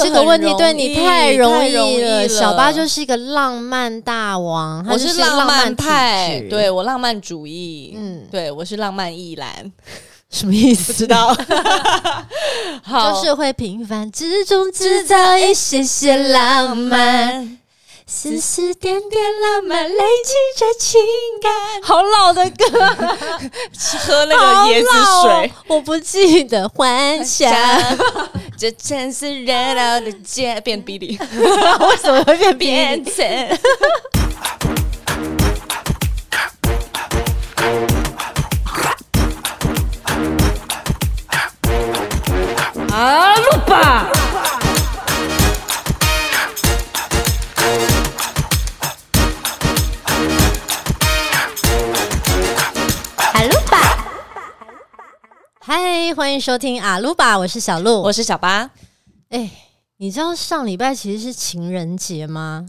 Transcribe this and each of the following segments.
这个个问题很对容你易太太容容易了。小了八就是一个浪漫大王，他我就是浪浪漫体派质，对，我浪漫主义，嗯嗯，对我是浪漫意兰， 什么意思？知 道？好，就是会平凡之中制造一些些浪漫，，丝丝点点浪漫累积着情感。好老的歌， 喝那好个椰子老哦水。，我不记得幻想， 这城市热闹的街变 b i 为什么会变变变？成。啊，录吧！阿鲁巴，嗨，欢迎收听阿鲁巴，我是小鹿，我是小八，哎、你知道上礼拜其实是情人节吗？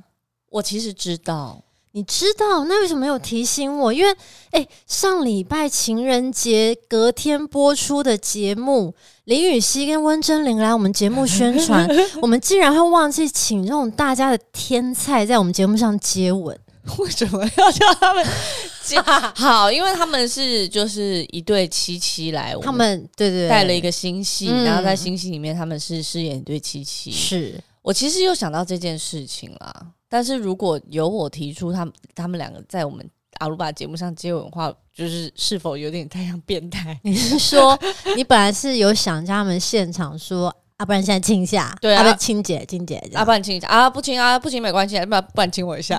我其实知道，你知道那为什么没有提醒我？因为哎、上礼拜情人节隔天播出的节目，林雨熙跟温真菱来我们节目宣 传，我们竟然会忘记请这种大家的天菜在我们节目上接吻。为什么要叫他 们接？好，因为他们是就是一对七七来，我他们对对对，带了一个新戏，嗯然后在新戏里面他们是饰演一对七七。是我其实有想到这件事情啦，但是如果由我提出他们他们两个在我们阿鲁巴节目上接吻的话，就是是否有点太像变 态？你 是说你本来是有想叫他们现场说，啊，不然现在亲一下，对啊不然亲姐亲姐这样啊，不然亲一下啊，不亲啊，不亲没关系，啊，不然不然亲我一 下。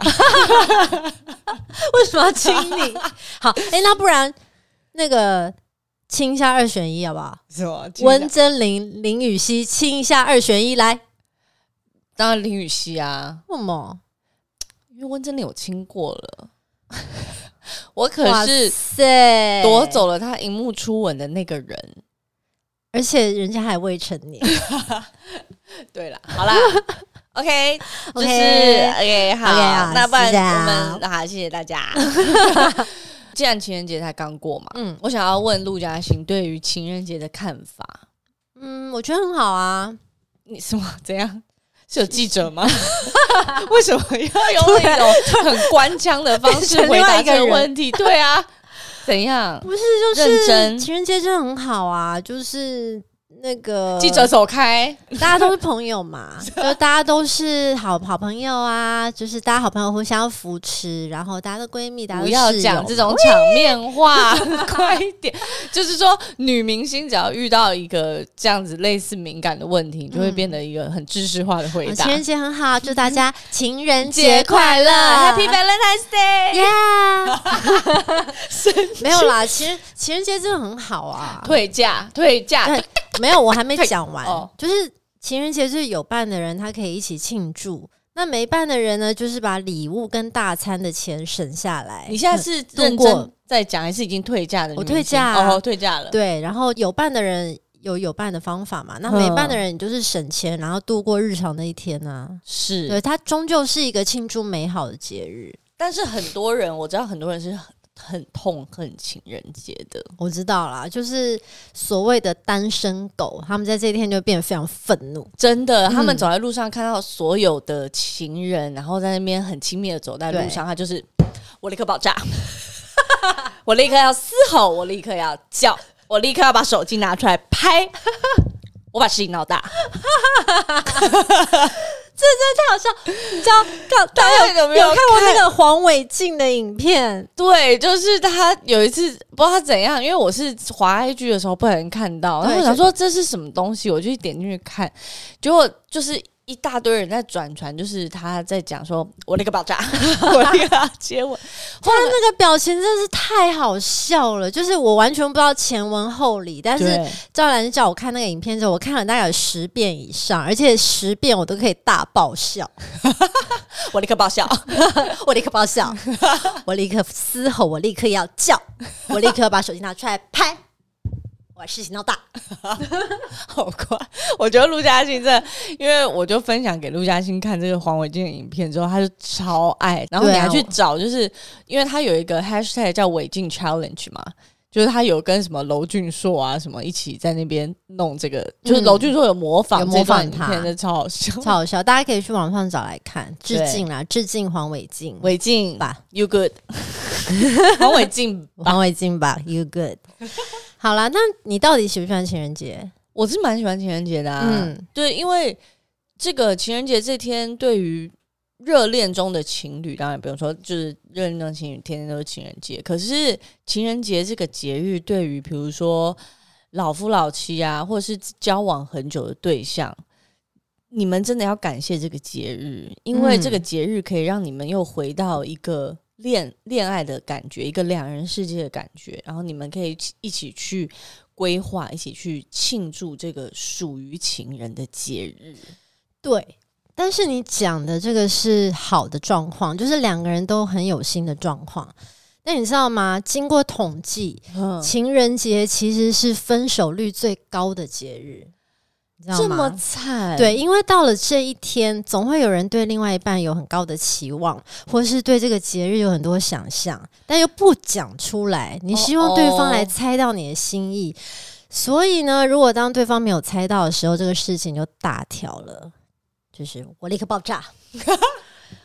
为什么要亲你？好，哎、那不然那个亲一下二选一好不好？什么？亲一下温真菱、林雨熙亲一下二选一，来，当然林雨熙啊，为什么？因为温真菱我亲过了， 我哇可是塞，夺，走了他荧幕初吻的那个人。而且人家还未成 年。对 了，好啦，OK，就是 OK， OK，好 OK 啊那不是这样然我们好，谢谢大 家。既然情人节才刚过嘛，嗯我想要问陆嘉欣对于情人节的看法。嗯，我觉得很好啊。你什么怎样？是有记者 吗？ 为什么要用那种很官腔的方式变成回 另外答一个这个人问题？对啊，怎样？不是，就是认真情人节真的很好啊，就是那个记者走开！大家都是朋 友嘛，就大家都是好好朋友啊，就是大家好朋友互相扶持，然后大家的闺蜜，大家不都要室友讲这种场面话， 快一点！就是说，女明星只要遇到一个这样子类似敏感的问题，你就会嗯变得一个很知识化的回啊答情。人节很好，祝大家情人节节快快乐乐，Happy Valentine's Day！ Yeah！没有啦，情人情人节真的很好啊。退价，退价对，没有，我还没讲完 哦，就是情人节就是有伴的人，他可以一起庆祝。那没伴的人呢，就是把礼物跟大餐的钱省下来。你现在嗯是度认过真在讲，还是已经退价的女明星？我退价啊哦，退价了。对，然后有伴的人有有伴的方法嗯嘛，那没伴的人你就是省钱，然后度过日常的一天啊。对，是，它终究是一个庆祝美好的节日。但是很多人我知道，很多人是很很痛恨情人节的。我知道啦，就是所谓的单身狗，他们在这一天就变得非常愤怒。真的，他们嗯走在路上看到所有的情人，然后在那边很亲密的走在路上，他就是我立刻爆炸， 我立刻要嘶吼，我立刻要叫，我立刻要把手机拿出来拍， 我把事情闹大。 太好笑，你知道，刚大家有有没有看过那个黄伟晋的影片？对，就是他有一次不知道他怎样，因为我是滑 IG 的时候不小心看到，然后我想说这是什么东西，我就点进去看，结果就是一大堆人在转传，就是他在讲说我立刻爆炸， 我立刻要接吻，他那个表情真的是太好笑了，就是我完全不知道前文后理，但是对赵兰叫我看那个影片之后，我看了大概有十遍以上，而且十遍我都可以大爆笑， 我立刻爆笑。我立刻爆 笑，我立刻嘶吼，我立刻要叫，我立刻把手机拿出来拍，我把事情闹大。好快！ 我觉得陆嘉欣真的，因为我就分享给陆嘉欣看这个黄伟晋的影片之后，他就超爱，然后你对啊还去找，就是、因为他有一个 hashtag 叫伟晋 challenge 嘛。就是他有跟什么娄俊硕啊什么一起在那边弄这个，就是娄俊硕有模仿有这模仿段影他片，真的超好笑。超好笑，大家可以去网上找来看，致敬啦，致敬黄伟晋韦静吧， ，You good，黄伟静吧，黄伟晋吧，You good。好啦，那你到底喜不喜欢情人节？我是蛮喜欢情人节的、啊，嗯，嗯，对，因为这个情人节这天，对于热恋中的情侣，当然不用说，就是热恋中的情侣天天都是情人节。可是情人节这个节日，对于比如说老夫老妻啊，或者是交往很久的对象，你们真的要感谢这个节日，因为嗯这个节日可以让你们又回到一个。恋恋爱的感觉，一个两人世界的感觉，然后你们可以一起一起去规划，一起去庆祝这个属于情人的节日。对。但是你讲的这个是好的状况，就是两个人都很有心的状况。那你知道吗？经过统计，嗯，情人节其实是分手率最高的节日，你知道吗？这么惨，对，，因为到了这一天，总会有人对另外一半有很高的期望，或是对这个节日有很多想象，但又不讲出来。你希望对方来哦猜到你的心意，所以呢，如果当对方没有猜到的时候，这个事情就大条了，就是我立刻爆炸，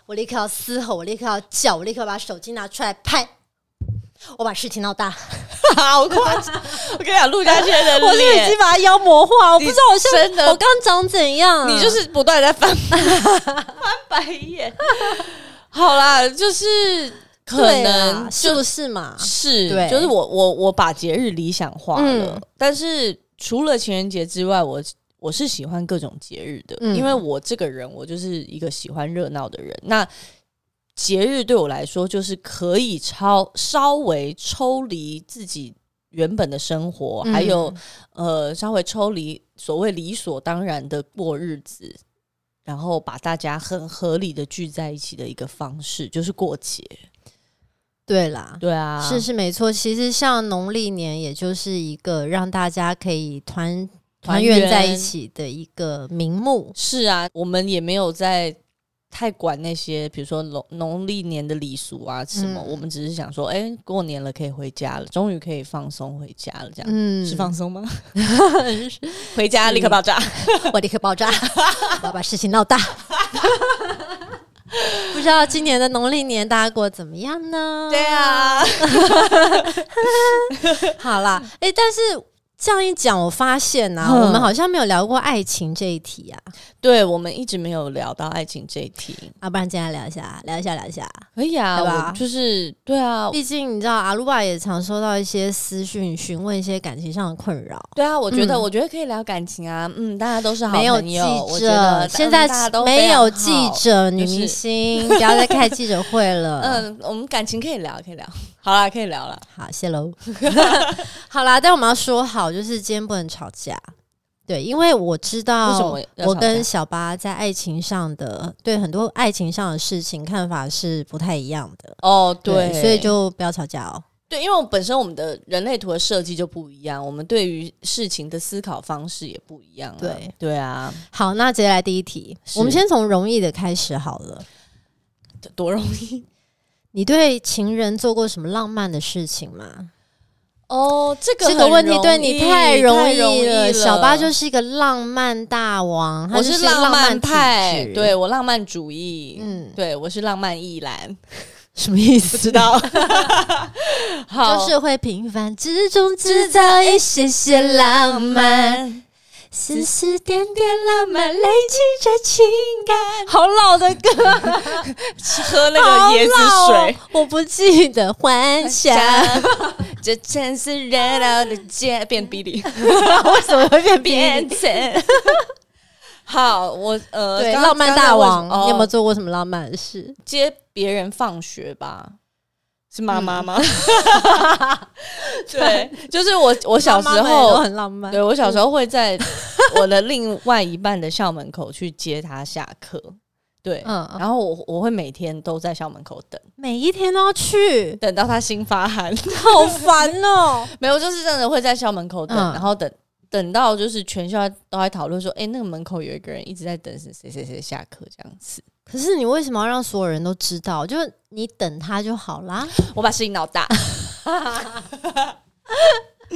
我立刻要嘶吼，我立刻要叫，我立刻把手机拿出来拍，我把事情闹大， 好夸张！ 我跟你讲，陆家轩的我是已脸经，把它妖魔化，我不知道我现在真的我刚长怎样，你就是不断地在翻翻白 眼。好啦，就是可对能啦是就不是嘛？是，啊对就是我我我把节日理想化了，嗯但是除了情人节之外，我我是喜欢各种节日的，嗯因为我这个人我就是一个喜欢热闹的人。那节日对我来说，就是可以超稍微抽离自己原本的生活，还有嗯呃稍微抽离所谓理所当然的过日子。然后把大家很合理的聚在一起的一个方式，就是过节。对啦，对啊，是是没错。其实像农历年，也就是一个让大家可以团团团圆圆在一起的一个名目。是啊，我们也没有在太管那些，比如说农农历年的礼俗啊什么，嗯我们只是想说，哎、过年了可以回家了，终于可以放松回家了，这样。嗯是放松吗？回家立刻爆炸！ 我立刻爆炸， 我要把事情闹大。 不知道今年的农历年大家过得怎么样呢？对， 啊，好啦，哎、但是这样一讲，我发现啊，嗯我们好像没有聊过爱情这一题啊，对我们一直没有聊到爱情这一题，要不然今天聊一下，聊一下，聊一下。可以啊，哎对吧我就是对啊，毕竟你知道，阿鲁巴也常收到一些私讯，询问一些感情上的困扰。对啊，我觉得、嗯我觉得可以聊感情啊，嗯，大家都是好没有朋记友，我觉者，得现嗯在大家都没非常有记好者，女就是明星不要再开记者会了。嗯， 嗯，我们感情可以聊，可以聊，好啦，可以聊了，好，谢喽。 好啦，但我们要说好，就是今天不能吵架。对，因为我知为什道么要我吵跟架小八在爱情上的对很多爱情上的事情看法是不太一样的。哦，对，所以就不要吵架哦。对，因为我本身我们的人类图的设计就不一样，我们对于事情的思考方式也不一样、啊。对，对啊，好，那直接来第一题，是我们先从容易的开始好了。多容易你对情人做过什么浪漫的事情吗？哦。这个这个很问题容对易你太容易了。小八就是是一个浪漫大王，他我就是是浪漫体派质，对，我浪漫主义，嗯嗯，对我是浪漫意 兰，什么意思？知 道？好，就是会平凡之中制造一些些浪漫，，丝丝点点浪漫累积着情感。好老的 歌，喝那个椰哦子水。我不记得幻想， 这城市热闹的街变 b i 为什么会变变？成。好，我呃，对，刚浪漫大王，刚才为什么哦你有没有做过什么浪漫的事？接别人放学吧？是妈妈吗？ 对，就是我，我小时嗯妈妈们都候，很浪漫，对我小时候会在我的另外一半的校门口去接他下课。对，嗯然后我我会每天都在校门口等，每一天都要去，等到他心发寒。好烦哦、没有，就是真的会在校门口等，嗯然后等等到就是全校都在讨论说，哎、那个门口有一个人一直在等谁谁谁谁下课这样子。可是你为什么要让所有人都知道？就是你等他就好啦。我把事情闹大，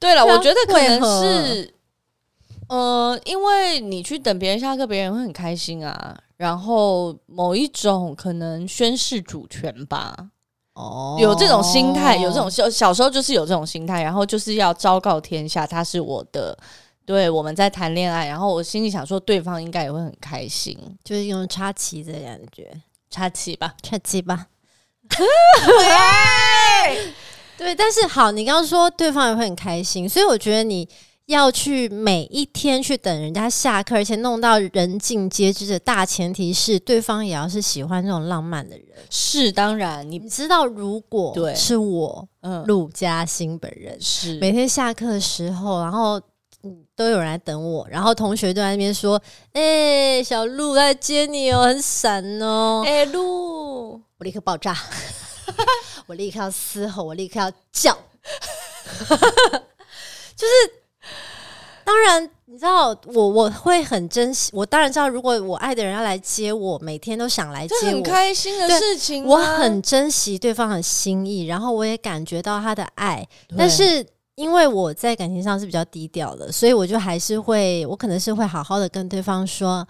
对了，对啊我觉得可能为何是，呃，因为你去等别人下课，别人会很开心啊。然后某一种可能宣誓主权吧，哦有这种心态，有这种小小时候就是有这种心态，然后就是要昭告天下，他是我的。对，我们在谈恋爱，然后我心里想说，对方应该也会很开心，就是有种插旗的感觉，插旗吧。插旗吧。对，但是好，你刚刚说对方也会很开心，所以我觉得你要去每一天去等人家下课，而且弄到人尽皆知的大前提是，对方也要是喜欢这种浪漫的人。是，当然你你知道，如果对是我嗯陆嘉欣本人，是每天下课的时候，然后嗯都有人来等我，然后同学都在那边说：“哎、小鹿来接你哦，很闪哦。哎路，我立刻 爆炸，我立刻要嘶吼，我立刻要叫， 就是当然。你知道我我会很珍惜，我当然知道，如果我爱的人要来接我，每天都想来接这我，很开心的对事情啊、我很珍惜对方的心意，然后我也感觉到他的爱，但是因为我在感情上是比较低调的，所以我就还嗯是会，我可能是会好好的跟对方说，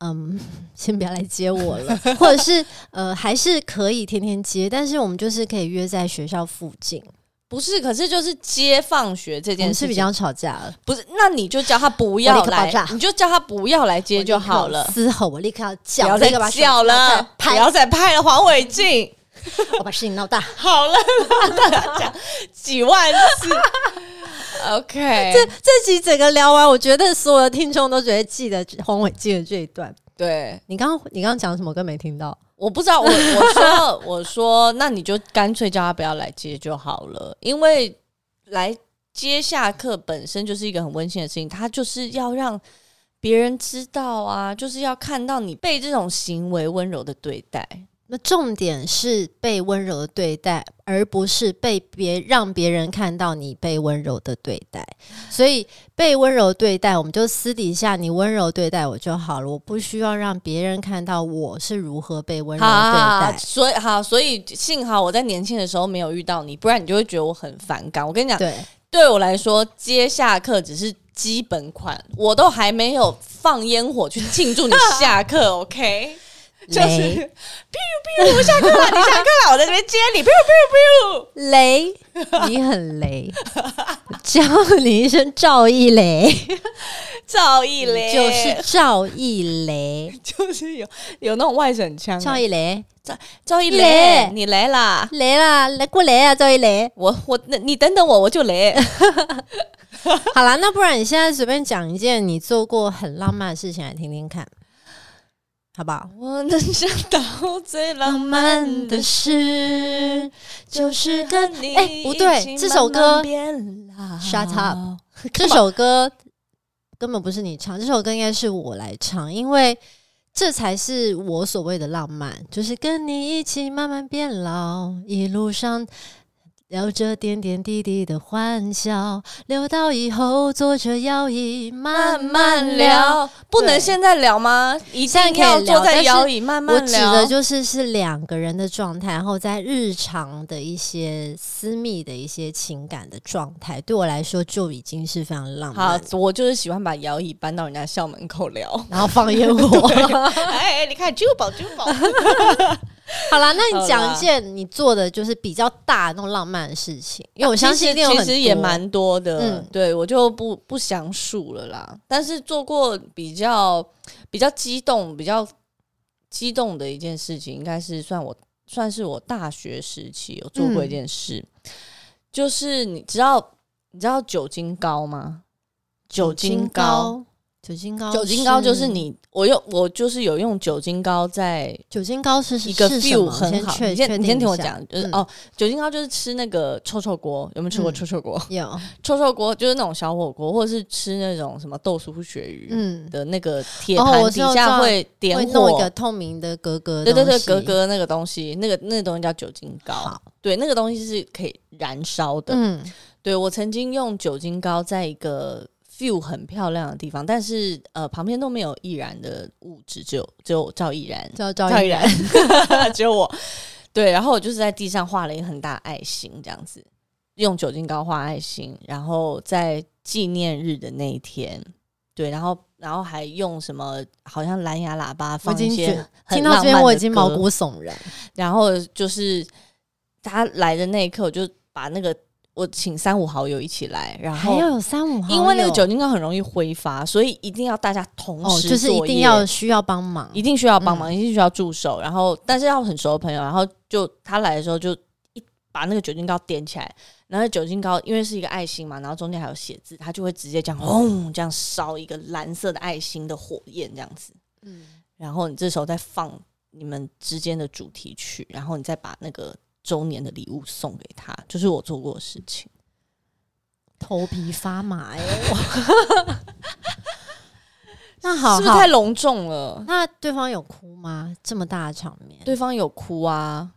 嗯， 先不要来接我了，或者是呃，还是可以天天接，但是我们就是可以约在学校附近。不是，可是就是接放学这我件们事是情比较吵架了，不是，那你就叫他不我要立刻爆来炸，你就叫他不要来我接立就刻好了，嘶吼，我立刻要不叫，要我立再刻把手叫拿了起来，不拍，要哎再拍了，黄伟晋。我把事情闹大。好了啦，大家讲几万次。OK， 这这集整个聊完，我觉得所有的听众都觉得记得黄伟记得这一段。对，你刚刚你刚刚讲什么？我跟没听到。我不知道，我我说我说，那你就干脆叫他不要来接就好了，因为来接下课本身就是一个很温馨的事情，他就是要让别人知道啊，就是要看到你被这种行为温柔的对待。那重点是被温柔的对待，而不是被别让别人看到你被温柔的对待。所以被温柔对待，我们就私底下你温柔对待我就好了，我不需要让别人看到我是如何被温柔好嗯对好好待好。所以好，所以幸好我在年轻的时候没有遇到你，不然你就会觉得我很反感。我跟你讲，对，对我来说，接下课只是基本款，我都还没有放烟火去庆祝你下课 ，OK？就是，雷哔哔，我下课了，你下课了，我在这边接你，哔哔哔。雷，你很雷，叫你一声赵一 雷， 赵一雷就是赵一雷，嗯就是有有那种外省腔啊，赵一雷，赵一雷雷，你来啦！雷啦，来过雷啊，赵一雷。我我那你等等我，我就雷。 好啦，那不然你现在随便讲一件你做过很浪漫的事情来听听看，好不好？ 我能想到最浪漫的事，事就是跟你哎不对一起这首慢歌慢变老 Shut up 这首歌根本不是你唱，这首歌应该是我来唱，因为这才是我所谓的浪漫，就是跟你一起慢慢变老，一路上。聊着点点滴滴的欢笑，留到以后坐着摇椅慢慢慢慢聊。聊，不能对现在聊吗？一现在定可以要坐聊在但是摇椅慢慢我聊。指的就是是两个人的状态，然后在日常的一些私密的一些情感的状态，对我来说就已经是非常浪好漫，，我就是喜欢把摇椅搬到人家校门口聊。 然后放烟火。哎，你看，珠宝珠宝，好啦，那你好讲啦一件你做的就是比较大那种浪漫的事情，因为我相信一定有啊其很实其实也多蛮多的，嗯对我就不不详述了啦。但是做过比较比较激动、比较激动的一件事情，应该是算我算是我大学时期有做嗯过一件事，就是你知道你知道酒精膏吗？酒精膏，，酒精膏，哦酒精膏就是你我用我就是有用酒精膏在酒精膏是一个是 feel 什么？很好，确你先你先听我，讲，就是、嗯哦，酒精膏就是吃那个臭臭锅，有没有吃过嗯臭臭锅？确定一下有臭臭锅就是那种小火锅，或者是吃那种什么豆酥鳕鱼嗯，的那个铁哦盘我底知道知下道会嗯点会弄一个火，透明的格格的对东对西，对，格格那个东西，那个那个东西叫酒精膏好，对，那个东西是可以燃烧的。嗯，对我曾经用酒精膏在一个 view 很漂亮的地方，但是呃旁边都没有易燃的物质，只有只有赵易燃，叫赵赵哦依依然。 只有我。对，然后我就是在地上画了一个很大爱心这样子，用酒精膏画爱心，然后在纪念日的那一天，对，然后然后还用什么好像蓝牙喇叭我已放一经些觉很听到这浪漫边的我已经歌毛骨悚然。然后就是他来的那一刻，我就把那个我请三五好友一起来，然还后要有三五好因为那个友酒精膏很容易挥发，所以一定要大家同哦，时、就是一定要。需要帮忙，一定需要帮忙，嗯一定需要助手，然后但是要很熟的朋友，然后就他来的时候就一把那个酒精膏点起来，然后酒精膏因为是一个爱心嘛，然后中间还有写字，他就会直接这样嗯轰这样烧一个蓝色的爱心的火焰这样子，嗯，然后你这时候再放你们之间的主题曲，然后你再把那个周年的礼物送给他，就是我做过的事情。头皮发麻哎、 那好是不是太好，隆重了？那对方有哭吗？这么大的场面，对方有哭啊，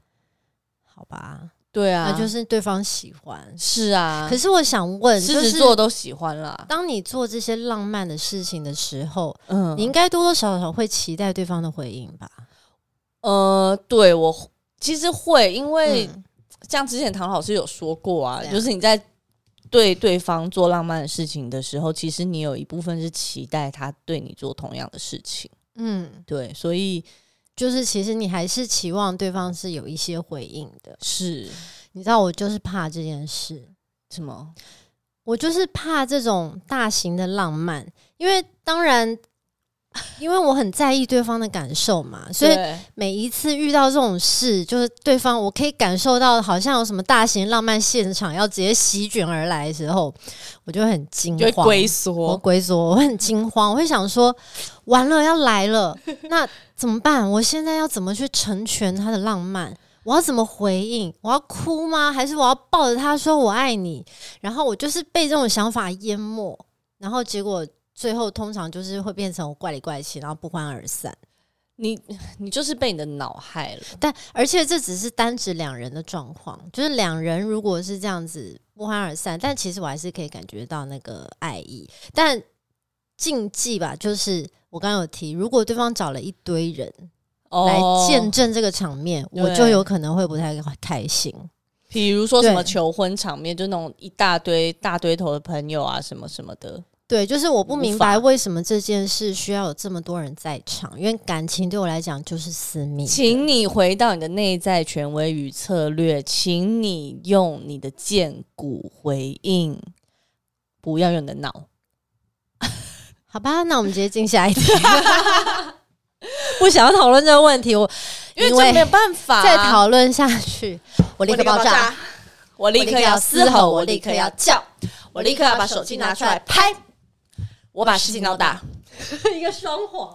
好吧，对啊，那就是是对方喜欢。是啊。可是我想问，狮就是子座都喜欢啦，当你做这些浪漫的事情的时候，嗯你应该多多少少会期待对方的回应吧？呃，对我其实会，因为嗯像之前唐老师有说过啊，对啊就是你在对对方做浪漫的事情的时候，其实你有一部分是期待他对你做同样的事情，嗯，对，所以就是其实你还是期望对方是有一些回应的。是你知道，我就是怕这件事。什么？我就是怕这种大型的浪漫，因为当然，因为我很在意对方的感受嘛，所以对每一次遇到这种事，就是对方我可以感受到好像有什么大型浪漫现场要直接席卷而来的时候，我就会很惊你就会慌，龟我缩，龟缩，我会很惊慌，我会想说，完了要来了，那怎么办？我现在要怎么去成全他的浪漫？我要怎么回应？我要哭吗？还是我要抱着他说我爱你？然后我就是被这种想法淹没，然后结果最后通常就是会变成我怪里怪气，然后不欢而散。你你就是被你的脑害了，但而且这只是单指两人的状况，就是两人如果是这样子不欢而散，但其实我还是可以感觉到那个爱意。但禁忌吧，就是我刚刚有提，如果对方找了一堆人来哦见证这个场面，我就对有可能会不太开心。比如说什么对求婚场面，就那种一大堆大堆头的朋友啊，什么什么的，对，就是我不无明法白为什么这件事需要有这么多人在场，因为感情对我来讲就是私密的。请你回到你的内在权威与策略，请你用你的剑骨回应，不要用你的脑。好吧，那我们直接进下一题。不想要讨论这个问题，我因为这没有办法、再，讨论下去，我啊我立刻爆炸，，我立刻要嘶吼，我立刻要叫，我我立立刻刻要要把把手手机机拿拿出出来来拍，我把事情闹大。一个双簧。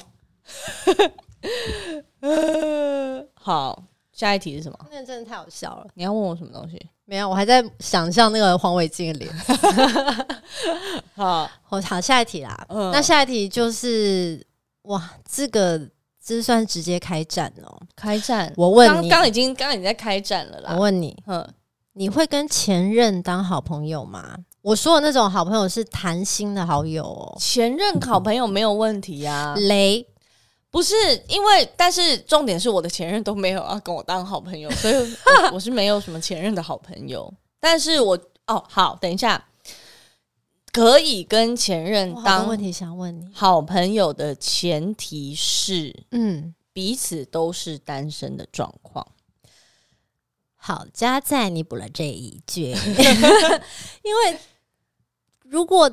好，下一题是什么？ 那真的太好笑了。你要问我什么东西？没有，我还在想象那个黄伟晋的脸。 好，好，好，下一题啦。嗯那下一题就是，哇，这个这算直接开战哦。开战。我问刚你，刚已经刚刚已经在开战了我啦。问你，嗯，你会跟前任当好朋友吗？我说的那种好朋友是谈心的好友哦。前任好朋友没有问题啊。雷，不是因为，但是重点是我的前任都没有要跟我当好朋友，所以 我我是没有什么前任的好朋友。但是我哦，好，等一下，可以跟前任我好多当问题想问你。好朋友的前提是嗯，彼此都是单身的状 况。 好，加在你补了这一句， 因为如果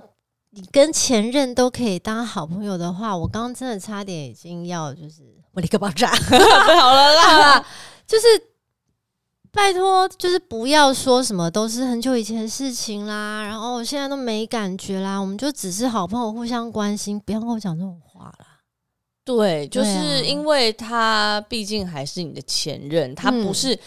你跟前任都可以当好朋友的话，我刚刚真的差点已经要就是我立刻爆炸，好了好啦，啦， 就是拜托，就是不要说什么都是很久以前的事情啦，然后我现在都没感觉啦，我们就只是好朋友互相关心，不要跟我讲这种话啦。对，就对啊是因为他毕竟还是你的前任，他嗯不是、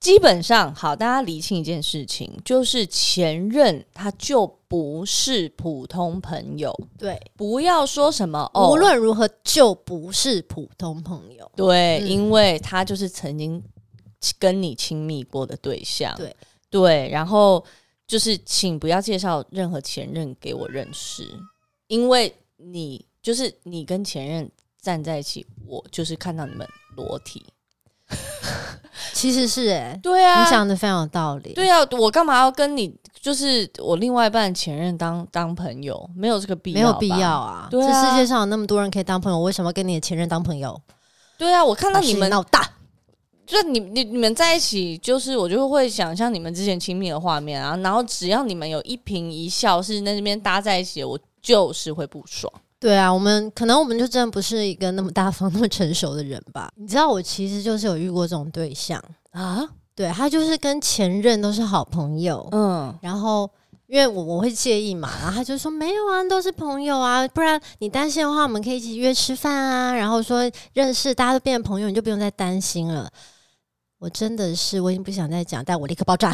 基本上好，大家厘清一件事情，就是前任他就不是普通朋友，对，不要说什么哦，无论如何就不是普通朋友。对，嗯因为他就是曾经跟你亲密过的对象，对对，然后就是请不要介绍任何前任给我认识，因为你就是你跟前任站在一起，我就是看到你们裸体，其实是哎、对啊，你讲的非常有道理。对啊，我干嘛要跟你就是我另外一半前任当当朋友？没有这个必要，没有必要。啊！对啊这世界上有那么多人可以当朋友，我为什么要跟你的前任当朋友？对啊，我看到把事你情们，闹大，就你你你们在一起，就是我就会想象你们之前亲密的画面啊。然后只要你们有一颦一笑是那边搭在一起的，我就是会不爽。对啊，我们可能我们就真的不是一个那么大方、那么成熟的人吧。 你知道，我其实就是有遇过这种对象，啊，对他就是跟前任都是好朋友，嗯，然后因为我我会介意嘛，然后他就说没有啊，都是朋友啊，不然你担心的话，我们可以一起约吃饭啊，然后说认识大家都变成朋友，你就不用再担心了。我真的是，我已经不想再讲，但我立刻爆炸。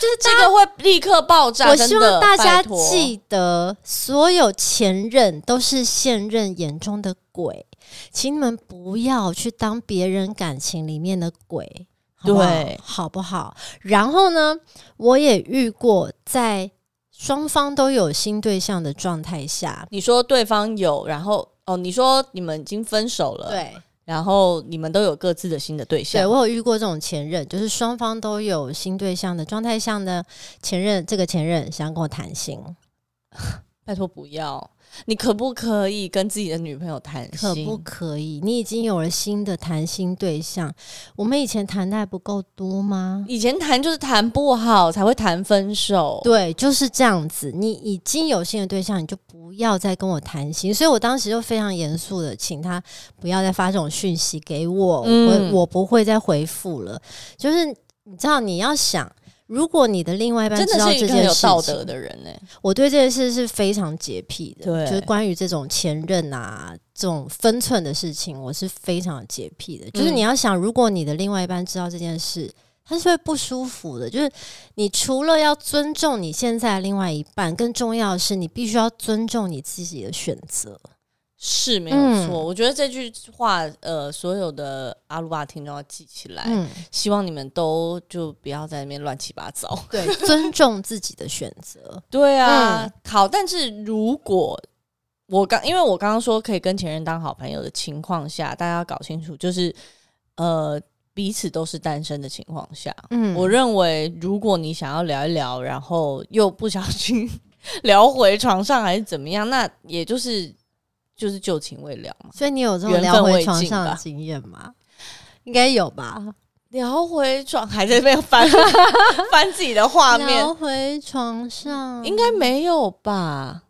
就是这个会立刻爆炸。我真希的望大家拜托记得，所有前任都是现任眼中的鬼，请你们不要去当别人感情里面的鬼，好不好对好不好？然后呢，我也遇过在双方都有新对象的状态下，你说对方有，然后哦，你说你们已经分手了，，对，然后你们都有各自的新的对对象，我有遇过这种前任，就是双方都有新对象的状态下呢，前任这个前任想跟我谈心，拜托不要，你可不可以跟自己的女朋友谈心？可不可以？你已经有了新的谈心对象，我们以前谈的还不够多吗？以前谈就是谈不好才会谈分手，对，就是这样子。你已经有新的对象，你就不要再跟我谈心。所以我当时就非常严肃的请他不要再发这种讯息给我，嗯我我不会再回复了。就是你知道，你要想，如果你的另外一半真知的道是一这个很件有事道情德，的人哎、我对这件事是非常洁癖的，对就是关于这种前任啊这种分寸的事情，我是非常洁癖嗯的。就是你要想，如果你的另外一半知道这件事，他是会不舒服的。就是你除了要尊重你现在的另外一半，更重要的是，你必须要尊重你自己的选择。是没有嗯错。我觉得这句话，呃，所有的阿鲁巴听众要记起来，嗯，希望你们都就不要在那边乱七八糟。 对，尊重自己的选择。对啊，嗯好，但是如果我刚，因为我刚刚说可以跟前任当好朋友的情况下，大家要搞清楚，就是呃，彼此都是单身的情况下，嗯，我认为如果你想要聊一聊，然后又不小心 聊回床上还是怎么样，那也就是就是旧情未了嘛。所以你有这种缘分聊回未床尽上的吧经验吗？应该有吧。聊回床还在那边翻 翻自己的画 面聊，回床上，应该没有吧？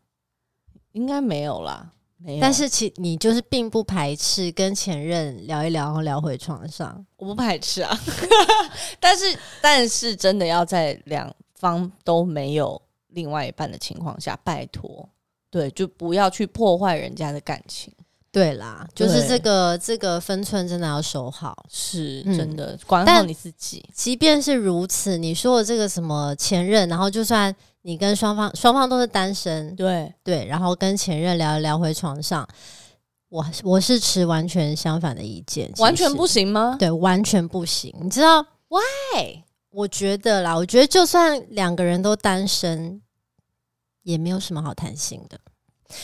应该没有啦，没有。但是其你就是并不排斥跟前任聊一聊，然后聊回床上。我不排斥啊， 但是但是真的要在两方都没有另外一半的情况下，拜托，对，就不要去破坏人家的感情，对啦，就是对这个这个分寸真的要守好。是嗯真的，管好但你自己。即便是如此，你说的这个什么前任，然后就算你跟双方双方都是单身，对，对，然后跟前任聊一聊回床上，我我是持完全相反的意见，其完全实不行吗？对，完全不行。你知道 Why？我觉得啦，我觉得就算两个人都单身，也没有什么好谈心的。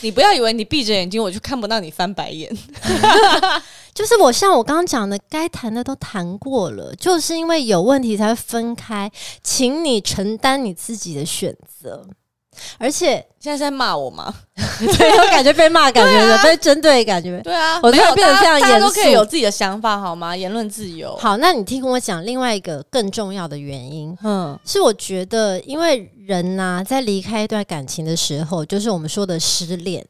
你不要以为你闭着眼睛我就看不到你翻白眼。就是我像我刚刚讲的，该谈的都谈过了，就是因为有问题才会分开，请你承担你自己的选择。而且， 现在是在骂我吗？ 对，有感觉被骂，感觉的、被针对，啊感觉。对啊，我突然没有变得大家非常大家严都肃可以有自己的想法好吗？言论自由。好，那你听我讲另外一个更重要的原因，嗯，是我觉得，因为人呐、在离开一段感情的时候，就是我们说的失恋，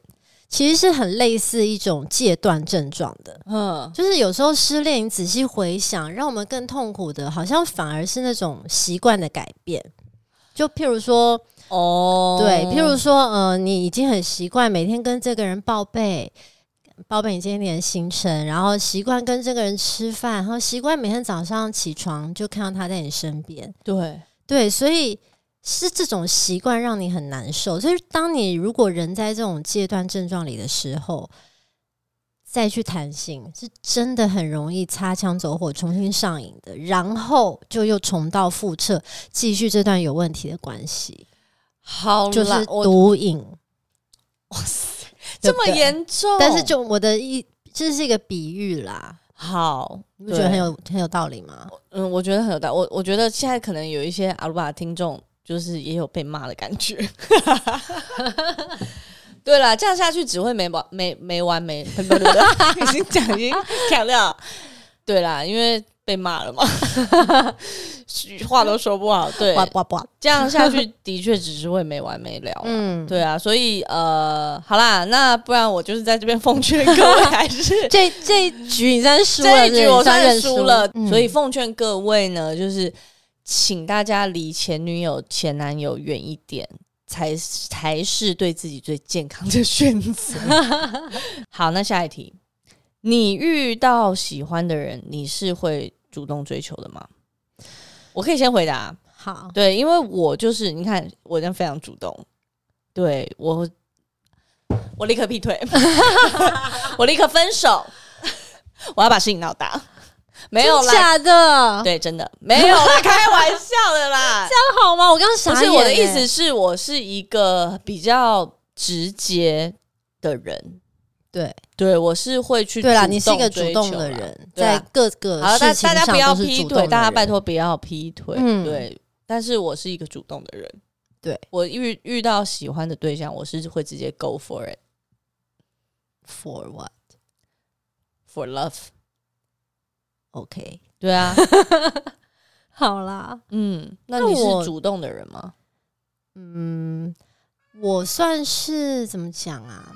其实是很类似一种戒断症状的。嗯就是有时候失恋，你仔细回想，让我们更痛苦的，好像反而是那种习惯的改变。就譬如说，哦，对，譬如说，呃，你已经很习惯每天跟这个人报备，报备你今天的行程，然后习惯跟这个人吃饭，然后习惯每天早上起床就看到他在你身边，对，对，所以是这种习惯让你很难受。所以，当你如果人在这种戒断症状里的时候，再去谈心，是真的很容易擦枪走火，重新上瘾的，然后就又重蹈覆辙，继续这段有问题的关系，好啦，就是我毒瘾。这对不么对严重，但是就我的一，这是一个比喻啦，好，你不觉得很有很有道理吗？嗯，我觉得很有道理。我我觉得现在可能有一些阿鲁巴的听众，就是也有被骂的感觉。 对啦，这样下去只会没完没没完没，已经讲已经强 调。对啦，因为被骂了嘛， 话都说不好。对，哇哇哇！这样下去的确只是会没完没了。嗯，对啊，所以呃，好啦，那不然我就是在这边奉劝各位，还是这 这一局你算输了，这一局我算算认输了，嗯所以奉劝各位呢，就是请大家离前女友、前男友远一点，才才是对自己最健康的选 择。好，那下一题，你遇到喜欢的人，你是会主动追求的吗？我可以先回答，啊好，对，因为我就是你看，我这样非常主动，对我，我立刻劈腿， 我立刻分手，我要把事情闹大，没有真啦，假的，对，真的没有啦， 开玩笑的啦 欸这，样好吗？我刚刚欸不想，是我的意思，是我是一个比较直接的人，对对我是会去对啦，主你是一个追主动求的啦人，对在啊各个好，大呃事大情家上不要都是劈主动的腿，人，大家拜托不要劈腿。嗯对，但是我是一个主动的人。对我遇遇到喜欢的对象，我是会直接 go for it for what for love。 OK，对啊，好啦，嗯，那 那你是我主动的人吗？嗯，我算是怎么讲啊？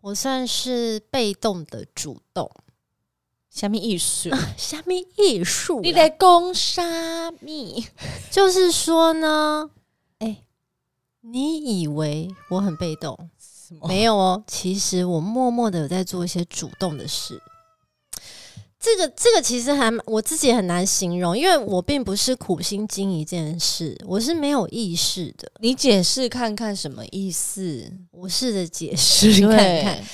我算是被动的主 动，虾米艺 术？下面艺术啦，啊你在攻虾 米？就是说呢，哎、你以为我很被动？什么？没有哦，其实我默默的有在做一些主动的事。这个这个其实还蛮我自己也很难形容，因为我并不是苦心经营这件事，我是没有意识的。你解释看看什么意 思？我试着解释 看看，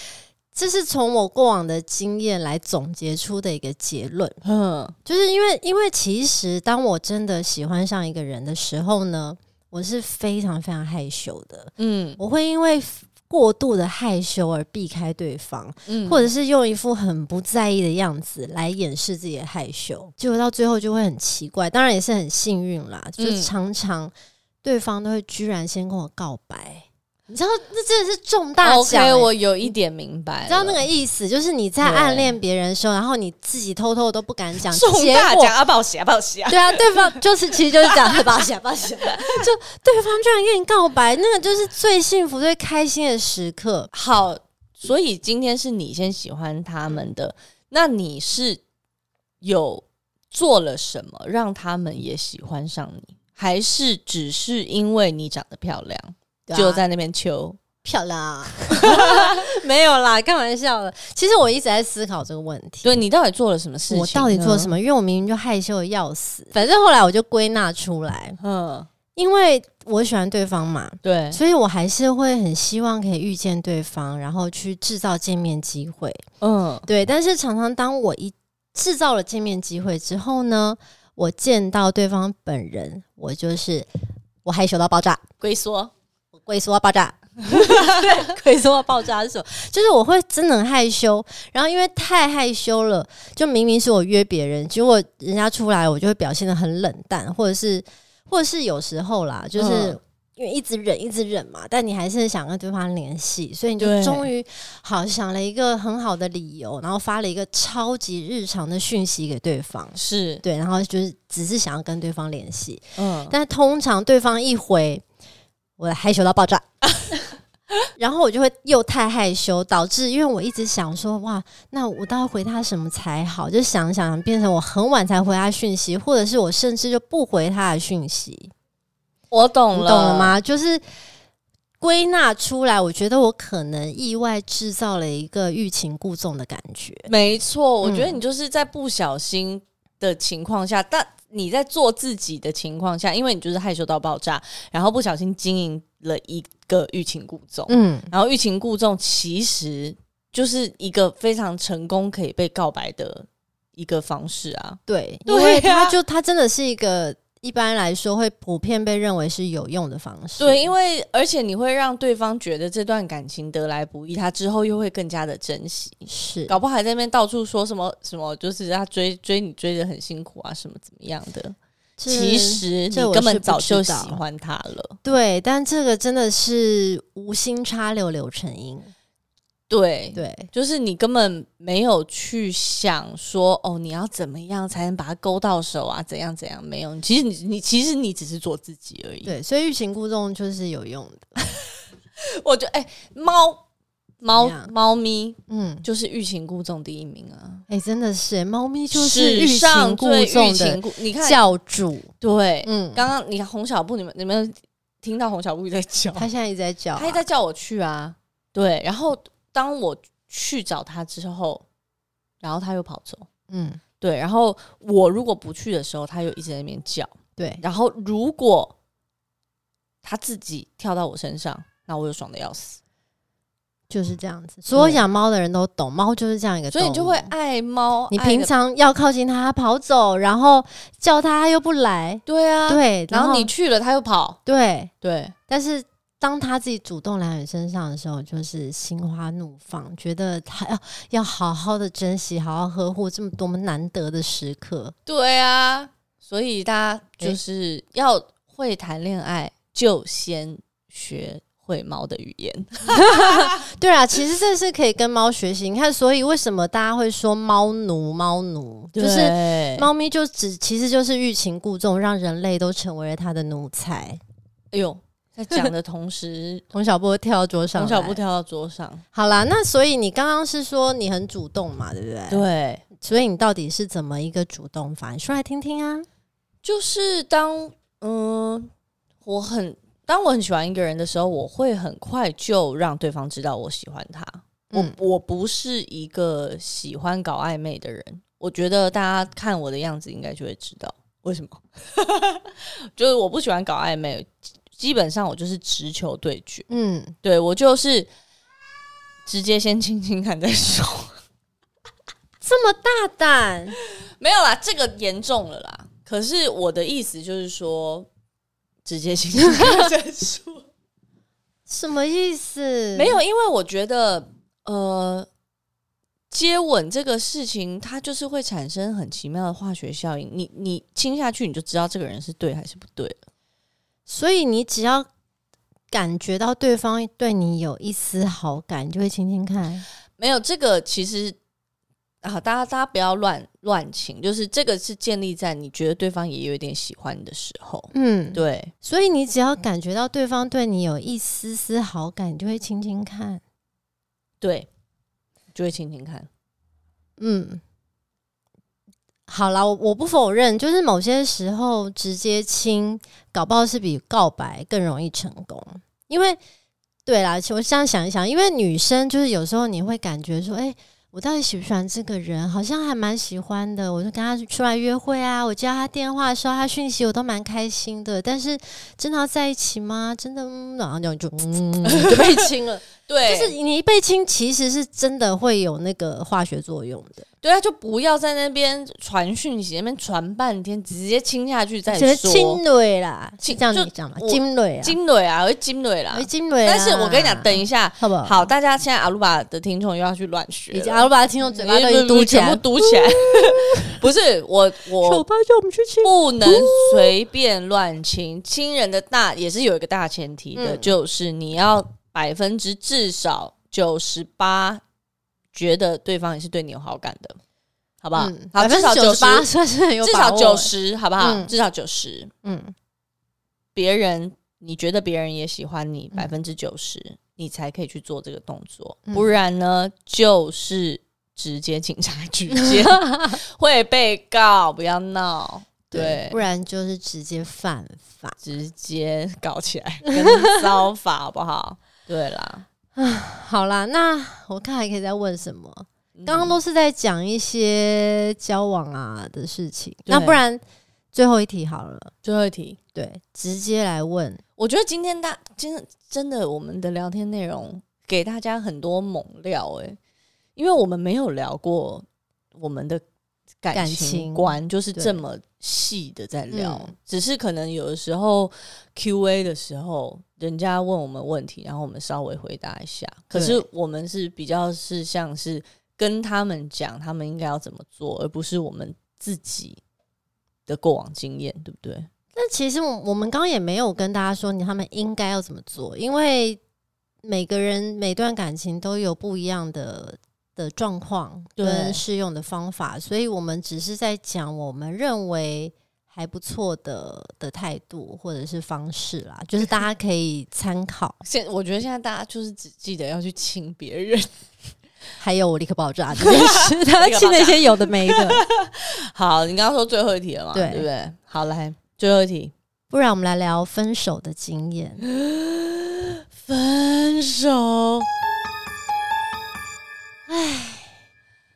这是从我过往的经验来总结出的一个结论。对，嗯，就是因为，因为其实当我真的喜欢上一个人的时候呢，我是非常非常害羞的，嗯我会因为过度的害羞而避开对方，嗯，或者是用一副很不在意的样子来掩饰自己的害羞，结果到最后就会很奇怪。当然也是很幸运啦，就是嗯常常对方都会居然先跟我告白，你知道，那真的是中大奖、欸哦 OK，我有一点明白了，你知道那个意思，就是你在对暗恋别人的时候，然后你自己偷偷都不敢讲，中结大果奖啊，报喜啊，报喜啊！对啊，对方就是其实就是这样，抱歉抱歉，就 对方居然跟你告白，那个就是最幸福、最开心的时刻。好，所以今天是你先喜欢他嗯们的，那你是有做了什么让他们也喜欢上你，还是只是因为你长得漂亮、对啊就在那边求？漂亮啊， 没有啦，开玩笑的。其实我一直在思考这个问题，对你到底做了什么事情？啊我到底做了什么？么？因为我明明就害羞的要死。反正后来我就归纳出来，嗯，因为我喜欢对方嘛，对，所以我还是会很希望可以遇见对方，然后去制造见面机会。嗯，对，但是常常当我一制造了见面机会之后呢，我见到对方本人，我就是我害羞到爆炸，龟 缩，我龟缩到爆炸，龟缩到爆炸是什么？就是我会真的很害羞，然后因为太害羞了，就明明是我约别人，结果人家出来，我就会表现的很冷淡，或者是或者是有时候啦，就是。嗯因为一直忍，一直忍嘛，但你还是想跟对方联系，所以你就对终于好想了一个很好的理由，然后发了一个超级日常的讯息给对方，是，对，然后就是只是想要跟对方联系，嗯，但通常对方一回，我害羞到 爆炸，然后我就会又太害羞，导致因为我一直想说，哇，那我到底回他什么才好？就想想变成我很晚才回他讯息，或者是我甚至就不回他的讯息，我懂你了，懂了？吗？就是。归纳出来，我觉得我可能意外制造了一个欲擒故纵的感觉。没错，我觉得嗯你就是在不小心的情况下，但你在做自己的情况下，因为你就是害羞到爆炸，然后不小心经营了一个欲擒故纵，嗯，然后欲擒故纵其实就是一个非常成功可以被告白的一个方式啊。对，因对为他啊就他真的是一个一般来说会普遍被认为是有用的方式。对，因为而且你会让对方觉得这段感情得来不易，他之后又会更加的珍惜。是搞不好还在那边到处说什么什么，就是他追追你追的很辛苦啊，什么怎么样的。这其实你这我根是本不早知就喜道欢他了。对，但这个真的是无心插柳柳成荫。对，对，就是你根本没有去想说哦，你要怎么样才能把它勾到手啊？怎样怎样？没有，其实你你其实你只是做自己而已。对，所以欲擒故纵就是有用的。我觉得哎，猫猫怎样猫咪嗯，就是欲擒故纵第一名啊，哎、真的是，猫咪就史是欲上擒故最欲纵擒的故，你看教主。对，嗯，刚刚你看洪小布，你们你们有听到洪小布在叫，他现在一直在叫、他一直在叫我去啊，对，然后当我去找他之后，然后他又跑走。嗯，对，然后我如果不去的时候，他又一直在那边叫。对，然后如果他自己跳到我身上，那我又爽的要死。就是这样子。所有对养猫的人都懂，猫就是这样一个所以你就动物会爱猫，你爱得平常要靠近它，它跑走，然后叫它它又不来，对啊，，对，然后你去了他又跑，对，对但是当它自己主动来你身上的时候，就是心花怒放，觉得它要要好好的珍惜，好好呵护这么多么难得的时刻。对啊。所以大家就诶是要会谈恋爱，就先学会猫的语言。对啊，其实这是可以跟猫学习。你看，所以为什么大家会说猫奴？猫奴就是对猫咪，就只其实就是欲擒故纵，让人类都成为了它的奴才。，哎呦，在讲的同时 洪小波跳到桌上从来，小布跳到桌上，好啦，那所以你刚刚是说你很主动嘛，对不对？对。所以你到底是怎么一个主动法？你说来听听啊。就是当嗯，我很当我很喜欢一个人的时候，我会很快就让对方知道我喜欢他。我、嗯我不是一个喜欢搞暧昧的人，我觉得大家看我的样子应该就会知道为什么。 就是我不喜欢搞暧昧，基本上我就是直球对决，嗯，对我就是直接先亲亲看再说。这么大胆，没有啦，这个严重了啦。可是我的意思就是说，直接 亲亲看再说。什么意思？ 没，有，因为我觉得，呃，接吻这个事情，它就是会产生很奇妙的化学效应。你你亲下去，你就知道这个人是对还是不对了。所以你只要感觉到对方对你有一丝好感，你就会亲亲看。没有这个，其实啊，大家大家不要乱乱亲，就是这个是建立在你觉得对方也有一点喜欢你的时候。嗯，。对，所以你只要感觉到对方对你有一丝丝好感，你就会亲亲看。对，就会亲亲看。嗯，好啦，我我不否认，就是某些时候直接亲，搞不好是比告白更容易成功，因为对啦，其实我这样想一想，因为女生就是有时候你会感觉说，哎、我到底喜不喜欢这个人？好像还蛮喜欢的。我就跟他出来约会啊，我接到他电话、收到他讯息，我都蛮开心的。但是真的要在一起吗？真的，嗯、然后就就嗯就被亲了。对就是你一被亲，其实是真的会有那个化学作用的。对啊，就不要在那边传讯息，那边传半天，直接亲下去再什么说。金蕊啦，金是这样就你讲嘛，我金蕊啊，金蕊啊，会金蕊啦哎，。金蕊啊。但是我跟你讲，等一下，好不好？好，，大家现在阿鲁巴的听众又要去乱学已了，经阿鲁巴的听众嘴巴都已经你嘟起全来部，堵起来。不是我，我巴叫我们去亲。不能随便乱亲亲人的大，也是有一个大前提的，嗯就是你要百分之至少九十八，觉得对方也是对你有好感的，好不好？嗯，好，百至分少之九十十八算是很有至把少握九，十，好不好？嗯至少九十，嗯，别人你觉得别人也喜欢你嗯百分之九十，你才可以去做这个动作，嗯不然呢就是直接警察局 见，会被告，不要闹，对不。然就是直接犯法。直接搞起来，跟 骚法好不好？对啦，好啦，那我看还可以再问什么？嗯刚刚都是在讲一些交往啊的事情，对那不然最后一题好了，最后一题，对，直接来问，我觉得今天大真的真的我们的聊天内容给大家很多猛料欸诶、因为我们没有聊过我们的感感情情观，就是对这么细的在聊，只是可能有的时候 Q A 的时候，人家问我们问题，然后我们稍微回答一下。可对是我们是比较是像是跟他们讲他们应该要怎么做，而不是我们自己的过往经验，对不对？但其实我我们刚刚也没有跟大家说你他们应该要怎么做，因为每个人每段感情都有不一样的的状况对跟适用的方法，所以我们只是在讲我们认为还不错的的态度或者是方式啦，就是大家可以参考。现我觉得现在大家就是只记得要去亲别人。 还有我立刻爆炸这件事， 他立刻爆炸气那些有的没的， 好，你刚刚说最后一题了嘛？对对不对？好，来最后一题，不然我们来聊分手的经验。分手。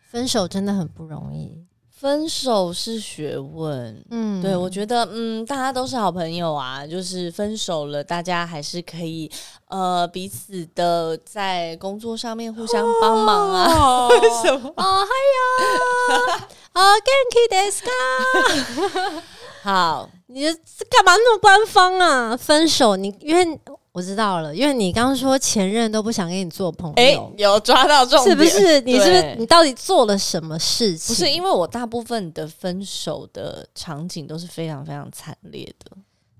分手真的很不容易，分手是学问。嗯，对，我觉得，嗯，大家都是好朋友啊，就是分手了，大家还是可以，呃，彼此的在工作上面互相帮忙啊。 哦，什么？ 哦，嗨哟，哦，Ganky d e s 好，你这干嘛那么官方啊？分手，你因为我知道了，因为你刚刚说前任都不想跟你做朋哎、友，有抓到重是点，不？是？你是不是对你到底做了什么事情？不是，因为我大部分的分手的场景都是非常非常惨烈的，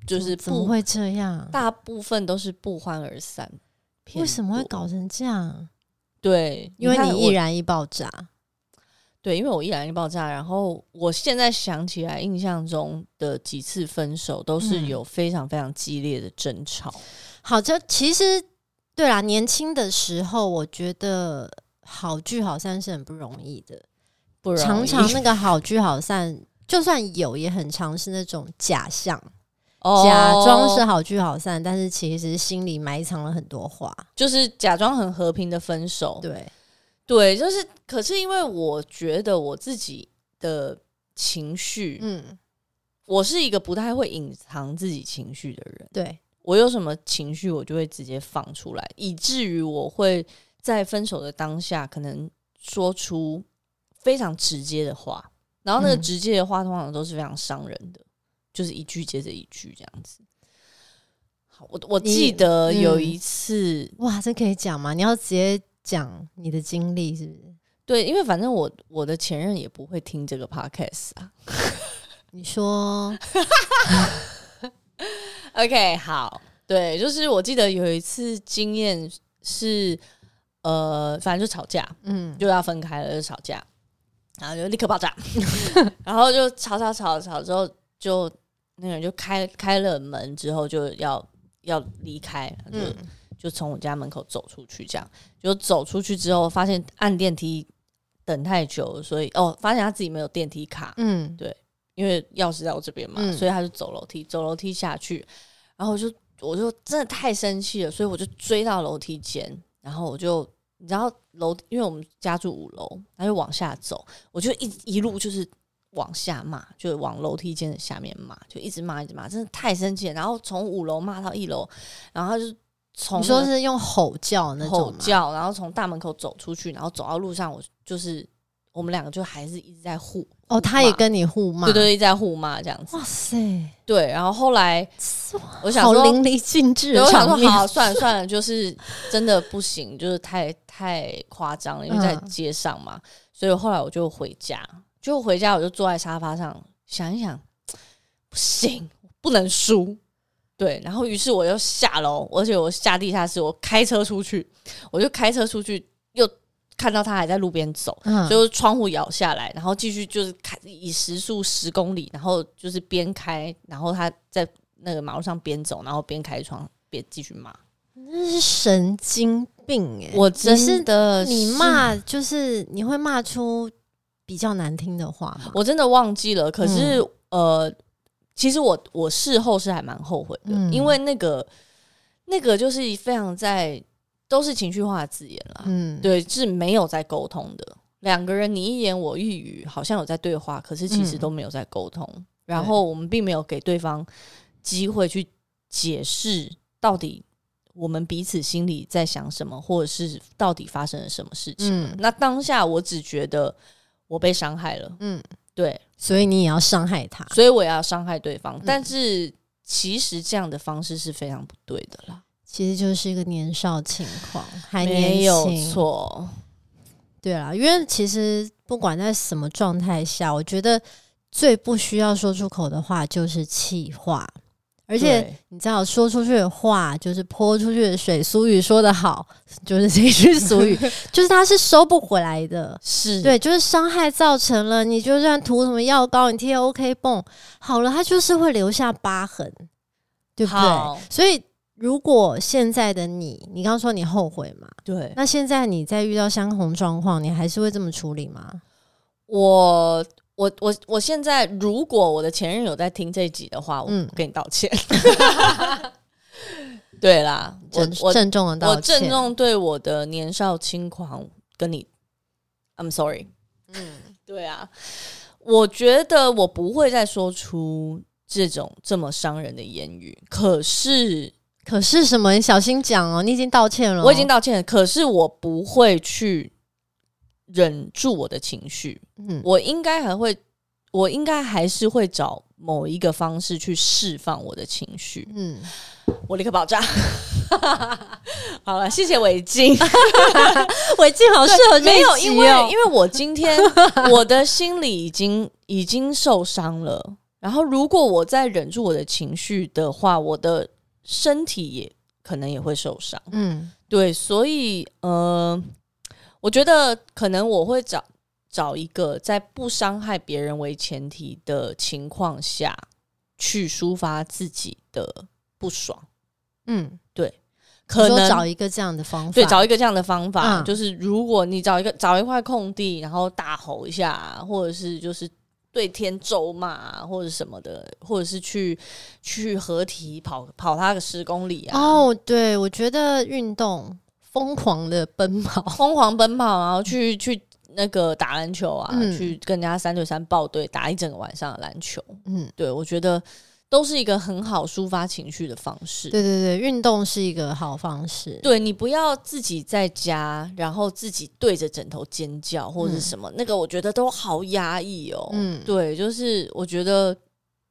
就是怎么不，会这样？大部分都是不欢而散。偏为什么会多？搞成这样？对，因为看你我易燃易爆炸，对，因为我易燃易爆炸，然后我现在想起来，印象中的几次分手都是嗯有非常非常激烈的争吵。好，这其实对啦，年轻的时候我觉得好聚好散是很不容易的，不容易常常那个好聚好散，就算有，也很常是那种假象，假装 是哦好聚好散，但是其实心里埋藏了很多话。 就是假装很和平的分手。对，对，就是可是因为我觉得我自己的情绪，嗯，我是一个不太会隐藏自己情绪的人。对，我有什么情绪，我就会直接放出来，以至于我会在分手的当下，可能说出非常直接的话，然后那个嗯直接的话通常都是非常伤人的，就是一句接着一句这样子。好，我我你记得嗯有一次，哇，这可以讲吗？你要直接讲你的经历是不是？对，因为反正我我的前任也不会听这个 podcast 啊。你说， OK，好，对，就是我记得有一次经验是，呃，反正就吵架， 嗯，就要分开了，就吵架，然后就立刻 爆炸，然后就吵吵吵吵之后，就那个人就开开了门之后就要要离开，就、嗯，就从我家门口走出去，这样就走出去之后，发现按电梯等太久了，所以哦，发现他自己没有电梯卡，嗯，因为钥匙在我这边嘛，嗯所以他就走楼梯，走楼梯下去，然后我就我就真的太生气了，所以我就追到楼梯间，然后我就你知道楼，因为我们家住五楼，然后就往下走，我就一一路就是往下骂，就往楼梯间的下面骂，就一直骂一直骂，真的太生气了，然后从五楼骂到一楼，然后他就从你说那个是用吼叫那种吼吗？叫，然后从大门口走出去，然后走到路上，我就是我们两个就还是一直在互，哦，他也骂跟你互骂，对对，对，一直在互骂这样子。哇塞，对，然后后来我想好说，淋漓尽致对的我想场说面，好，算了算了，就是真的不行，就是太太夸张了，因为在嗯街上嘛，所以后来我就回家，就回家我就坐在沙发上想一想，不行，不能输。对，然后于是我又下楼，而且我下地下室，我开车出去，我就开车出去，又看到他还在路边走，嗯就是窗户摇下来，然后继续就是开以时速十公里，然后就是边开，然后他在那个马路上边走，然后边开窗边继续骂。真是神经病哎、我你是真的你呃是，骂就是你会骂出比较难听的话吗？我真的忘记了。可是、嗯呃，其实我我事后是还蛮后悔的，嗯因为那个那个就是非常在都是情绪化的字眼啦。嗯，对，是没有在沟通的。两个人你一言我一语，好像有在对话，可是其实嗯都没有在沟通。然后我们并没有给对方机会去解释到底我们彼此心里在想什么，或者是到底发生了什么事情。嗯那当下我只觉得我被伤害了，嗯对，所以你也要伤害他。所以我也要伤害对方，嗯但是其实这样的方式是非常不对的啦，其实就是一个年少轻狂，还年没有轻。错，对啊啦，因为其实不管在什么状态下，我觉得最不需要说出口的话就是气话。而且对你知道，说出去的话就是泼出去的水。俗语说得好，就是这一句 俗语，就是它是收不回来的。是对，就是伤害造成了，你就算涂什么药膏，你贴 OK 泵好了，它就是会留下疤痕，对不对？好所以，如果现在的你，你刚刚说你后悔嘛，对，那现在你在遇到相同状况，你还是会这么处理吗？我。我我我现在，如果我的前任有在听这一集的话，我嗯跟你道 歉。对啦，我郑我郑重的道我歉，郑重对我的年少轻狂跟你，I'm sorry。嗯，对啊，我觉得我不会再说出这种这么伤人的言语。可是可是什么？你小心讲哦，你已经道歉了哦，我已经道歉了，可是我不会去忍住我的情绪，嗯我应该还会，我应该还是会找某一个方式去释放我的情绪。嗯，我立刻爆炸。 好了，谢谢围巾。违禁好适合 这没有，一集因为哦因为我今天我的心里已经已经受伤了，然后如果我再忍住我的情绪的话，我的身体也可能也会受伤。嗯对，所以呃，我觉得可能我会找找一个在不伤害别人为前提的情况下去抒发自己的不爽，嗯，可你说能找一个这样的方法，对，找一个这样的方法，嗯就是如果你找一个找一块空地，然后大吼一下，或者是就是对天咒骂，啊或者什么的，或者是去去合体跑跑他个十公里啊，哦，对，我觉得运动疯狂的奔跑，疯狂奔跑，然后去去那个打篮球啊，嗯去跟人家三对三抱队打一整个晚上的篮球。嗯，对我觉得都是一个很好抒发情绪的方式。 对对对，运动是一个好方式。对你不要自己在家，然后自己对着枕头尖叫或者是什么，那个我觉得都好压抑哦。嗯对，就是我觉得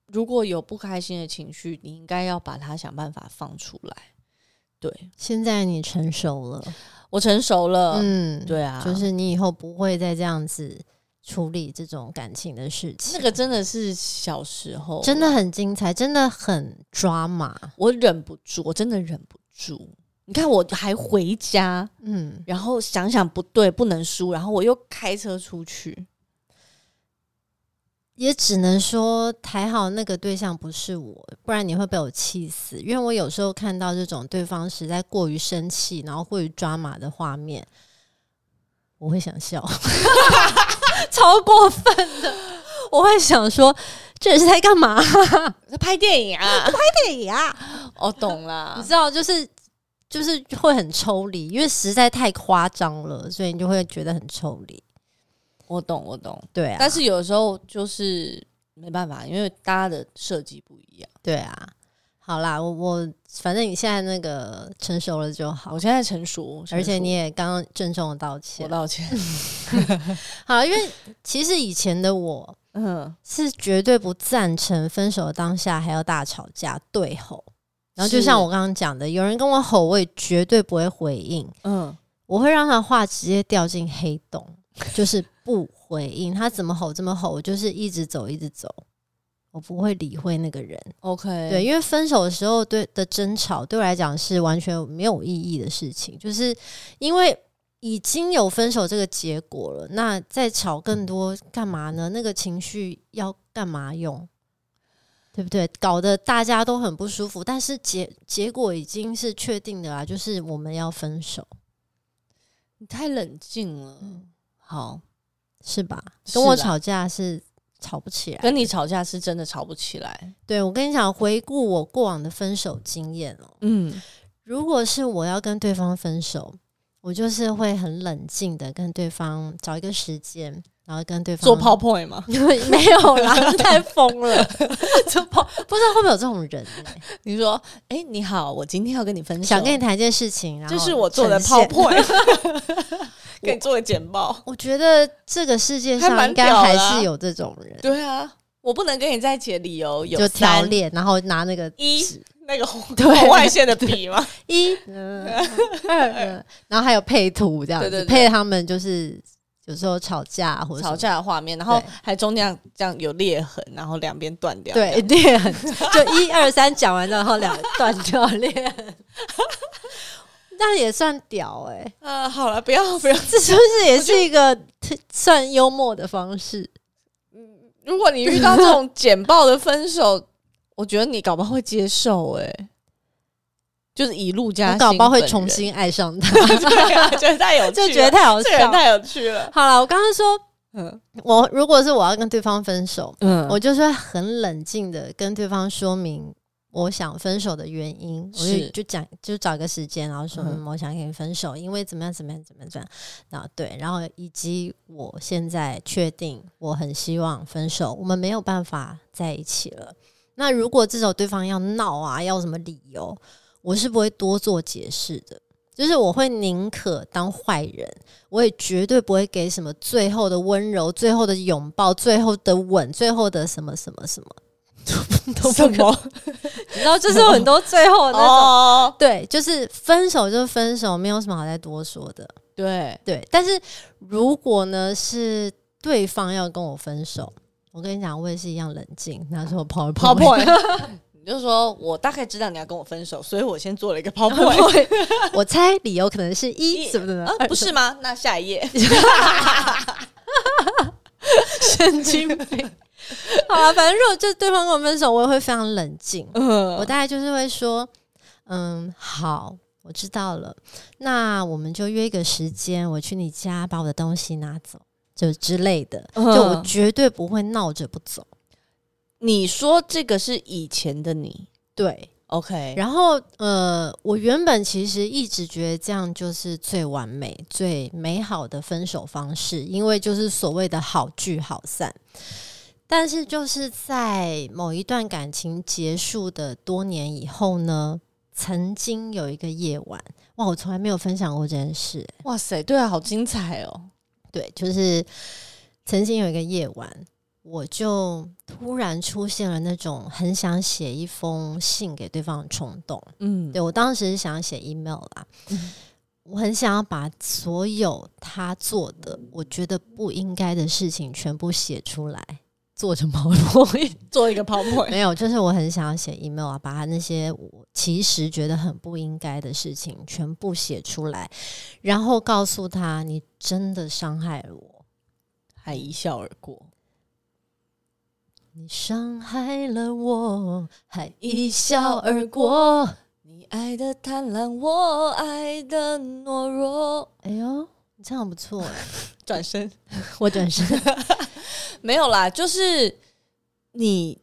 如果有不开心的情绪，你应该要把它想办法放出来。对现在你成熟了，我成熟了，嗯，，呃对啊，就是你以后不会再这样子处理这种感情的事情那。个真的是小时候，真的很精彩，真的很抓马。我忍不住，我真的忍不住。你看，我还回家，嗯，然后想想不对，不能输，然后我又开车出去。也只能说还好那个对象不是我，不然你会被我气死。因为我有时候看到这种对方实在过于生气，然后过于抓马的画面，我会想笑， 超过分的。我会想说，这人是在干嘛？ 拍电影啊，对呀，哦，懂 你啦。知道，就是就是会很抽离，因为实在太夸张了，所以你就会觉得很抽离。我懂，我懂。对啊，但是有时候就是没办法，因为大家的设计不一样。对啊，好啦，我我反正你现在那个成熟了就好，我现在成熟，而且成熟你也刚刚郑重的道歉我。道歉。好，因为其实以前的我 嗯，是绝对不赞成分手的当下还要大吵架对吼，然后就是像我刚刚讲的，有人跟我吼，我也绝对不会回应，嗯，我会让他的话直接掉进黑 洞，就是不回应，他怎么吼怎么吼，我就是一直走一直走，我不会理会那个人。 ，OK，对，，因为分手的时候对的争吵对我来讲是完全没有意义的事情，就是因为已经有分手这个结果了，那再吵更多干嘛呢？那个情绪要干嘛用？对不对？搞得大家都很不舒服，但是结结果已经是确定的啦，就是我们要分手，你太冷静了。嗯好，是吧？是跟我啦吵架是吵不起来，跟你吵架是真的吵不起来。对我跟你讲，回顾我过往的分手经验哦、嗯，如果是我要跟对方分手，我就是会很冷静的跟对方找一个时间，然后跟对方做 PowerPoint 吗？ 没有啦，太 疯了，做泡不知道会不会有这种人、欸，你说，哎、你好，我今天要跟你分享，想跟你谈一件事情，然后哦这是我做的呈现 PowerPoint，给你 做个简报。我觉得这个世界还上蛮应该屌的还啊是有这种人，对啊，我不能跟你在一起的理由有就条三列，然后拿 那个一纸那个红对 红外线的笔吗？一、嗯、二、嗯，然后还有配图这样子，对对对配他们就是有时候吵架或者什吵么。架的画面，然后对还中间这样有裂痕，然后两边断掉。对， 裂痕就一二三讲完，然后两个断掉裂痕， 那也算屌哎、呃，好了，不要 不要。这是不是也是一个算幽默的方式？如果你遇到这种简报的分手，我觉得你搞不好会接受、欸，就是一路加我薪，搞不好会重。新爱上他， 对啊，觉得太有趣了， 就觉得太好这个人笑。太有趣了。好了，我刚刚说，嗯我如果是我要跟对方分手，嗯我就是会很冷静的跟对方说明我想分手的原因，我就是就讲就找个时间，然后说、嗯嗯、我想跟你分手，因为怎么样怎么样怎么样怎么样，然后对，然后以及我现在确定我很希望分手，我们没有办法在一起了。那如果这时候对方要闹啊，要什么理由，我是不会多做解释的。就是我会宁可当坏人，我也绝对不会给什么最后的温柔、最后的拥抱、最后的吻、最后的什么什么什么，都不什可么？ 你知道，就是有很多最后的那种。哦，对，就是分手就是分手，没有什么好再多说的。对，对，但是如果呢是对方要跟我分手，我跟你讲，我也是一样冷静，拿出我 PowerPoint，, PowerPoint，你 就说我大概知道你要跟我分手，所以我先做了一个 PowerPoint。我猜理由可能是一一怎么怎么 啊，不是吗？那下一页， 神经 病。好啊，反正如果就是对方跟我分手，我也会非常冷静。我嗯，大概就是会说，嗯，好，我知道了，那我们就约一个时间，我去你家把我的东西拿走，就之类的。嗯就我绝对不会闹着不走。你说这个是以前的你对， ，OK，然后呃，我原本其实一直觉得这样就是最完美、最美好的分手方式，因为就是所谓的好聚好散。但是就是在某一段感情结束的多年以后呢，曾经有一个夜晚，哇，我从来没有分享过这件事、欸哇塞，对啊，好精彩哦，对，就是曾经有一个夜晚。我就突然出现了那种很想写一封信给对方的冲动，嗯，对我当时是想要写 email 啦，我很想要把所有他做的我觉得不应该的事情全部写出来，做成 PowerPoint。做一个 PowerPoint，没有，就是我很想要写 email 啊，把他那些我其实觉得很不应该的事情全部写出来，然后告诉他你真的伤害了我，还一笑而过，你伤害了我，还一笑而过。你爱的贪婪，我爱的懦弱，哎呦，你唱的不错哎，转身 我转身。 没有啦，就是你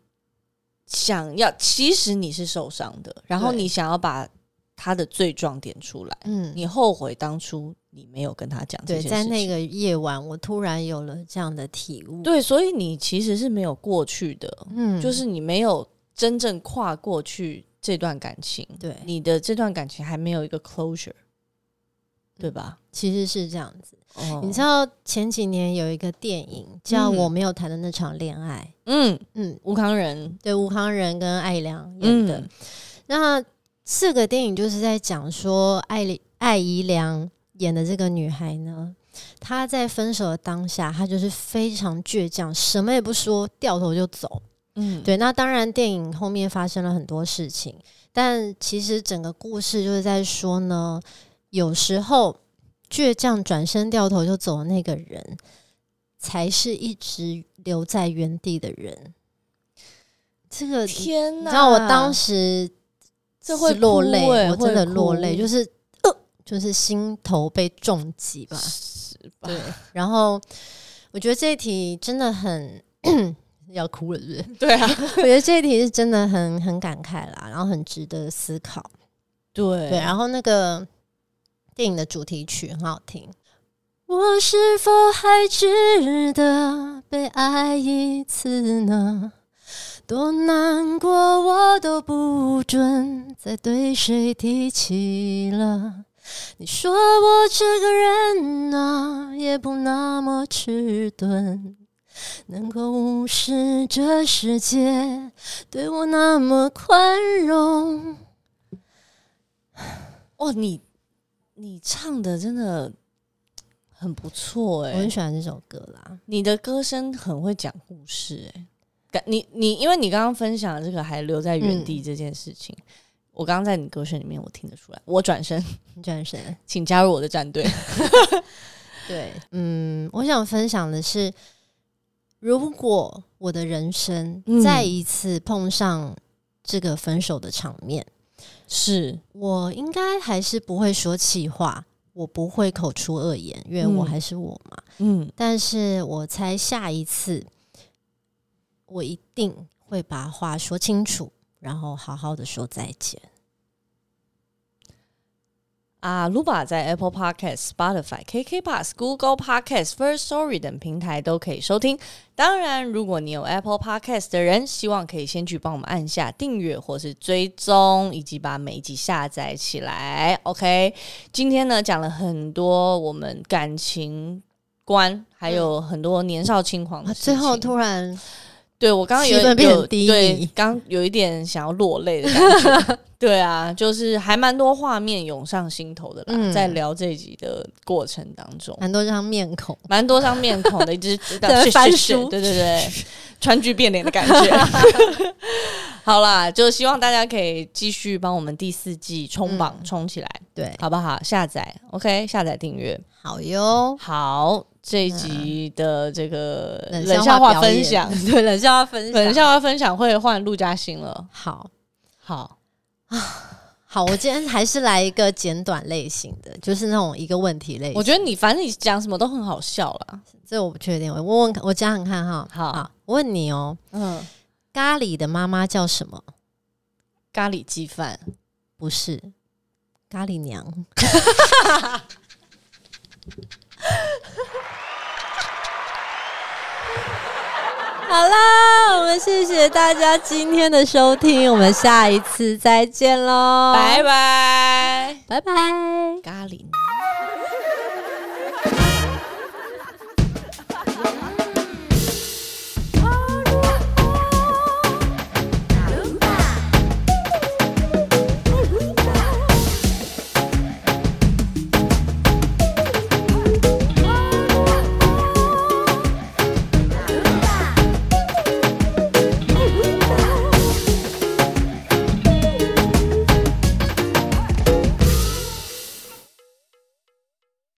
想要，其实你是受伤的，然后对你想要把他的罪状点出来，嗯，你后悔当初你没有跟他讲这对，些事情。在那个夜晚，我突然有了这样的体悟。，对，所以你其实是没有过去的，嗯就是你没有真正跨过去这段感情，对你的这段感情还没有一个 closure，对吧？其实是这样哦子。嗯你知，道前几年有一个电影叫《嗯我没有谈的那场恋爱》，嗯，嗯，吴康仁对，吴康仁跟艾怡良演的。嗯那这个电影就是在讲说艾丽艾怡良演的这个女孩呢。她在分手的当下，她就是非常倔强，什么也不说，掉头就走。嗯，对，那当然，电影后面发生了很多事情，但其实整个故事就是在说呢，有时候倔强转身掉头就走的那个人，才是一直留在原地的人。这个，你天哪！知道我当时这是会落泪，哭欸我真的落泪，会哭就是呃，就是心头被重击吧。是吧对，然后我觉得这一题真的很 要哭了，是不是？对啊， 我觉得这一题是真的很很感慨啦，然后很值得思考。对啊对，然后那个电影的主题曲很好听。我是否还值得被爱一次呢？多难过，我都不准再对谁提起了。你说我这个人啊，也不那么迟钝，能够无视这世界对我那么宽容。哦，你你唱的真的很不错哎、我很喜欢这首歌啦，你的歌声很会讲故事哎、感你你因为你刚刚分享的这个还留在原地这件事情，我刚刚在你歌声里面我听得出来。我转身，你转身。请加入我的战队。对，嗯，我想分享的是，如果我的人生嗯再一次碰上这个分手的场面，是，我应该还是不会说气话，我不会口出恶言，因为我嗯还是我嘛。嗯，但是我猜下一次，我一定会把话说清楚，然后好好的说再见。啊，鲁巴在 Apple Podcast、Spotify、KK Bus、Google Podcast、First Story 等平台都可以收听。当然，如果你有 Apple Podcast 的人，希望可以先去帮我们按下订阅或是追踪，以及把每一集下载起来。OK，今天呢讲了很多我们感情观，还有很多年少轻狂的嗯哦啊事情。最后突然对我刚刚有气氛变有很低对，刚有一点想要落泪的感觉。 对啊，就是还蛮多画面涌上心头的啦，嗯在聊这一集的过程当中，蛮多张面孔，蛮多张面孔的，一直 在是翻是是书对对对，川剧变脸的感觉。 好啦，就希望大家可以继续帮我们第四季冲榜、嗯冲起来， 对，好不好？下载 OK，下载订阅。好哟。好，这一集的这个嗯冷冷笑笑话话表演分享， 对，冷笑话分冷笑话分享会换陆嘉欣了。好好，好，我今天还是来一个简短类型的，就是那种一个问题类我型。觉得你反正你讲什么都很好笑啦。这我不确定，我问问看我想想看哈。好我问你哦，嗯，咖喱的妈妈叫什么？咖喱鸡饭，不是咖 喱娘。好啦，我们谢谢大家今天的收听，我哦们下一次再见喽，拜拜，拜拜。咖喱。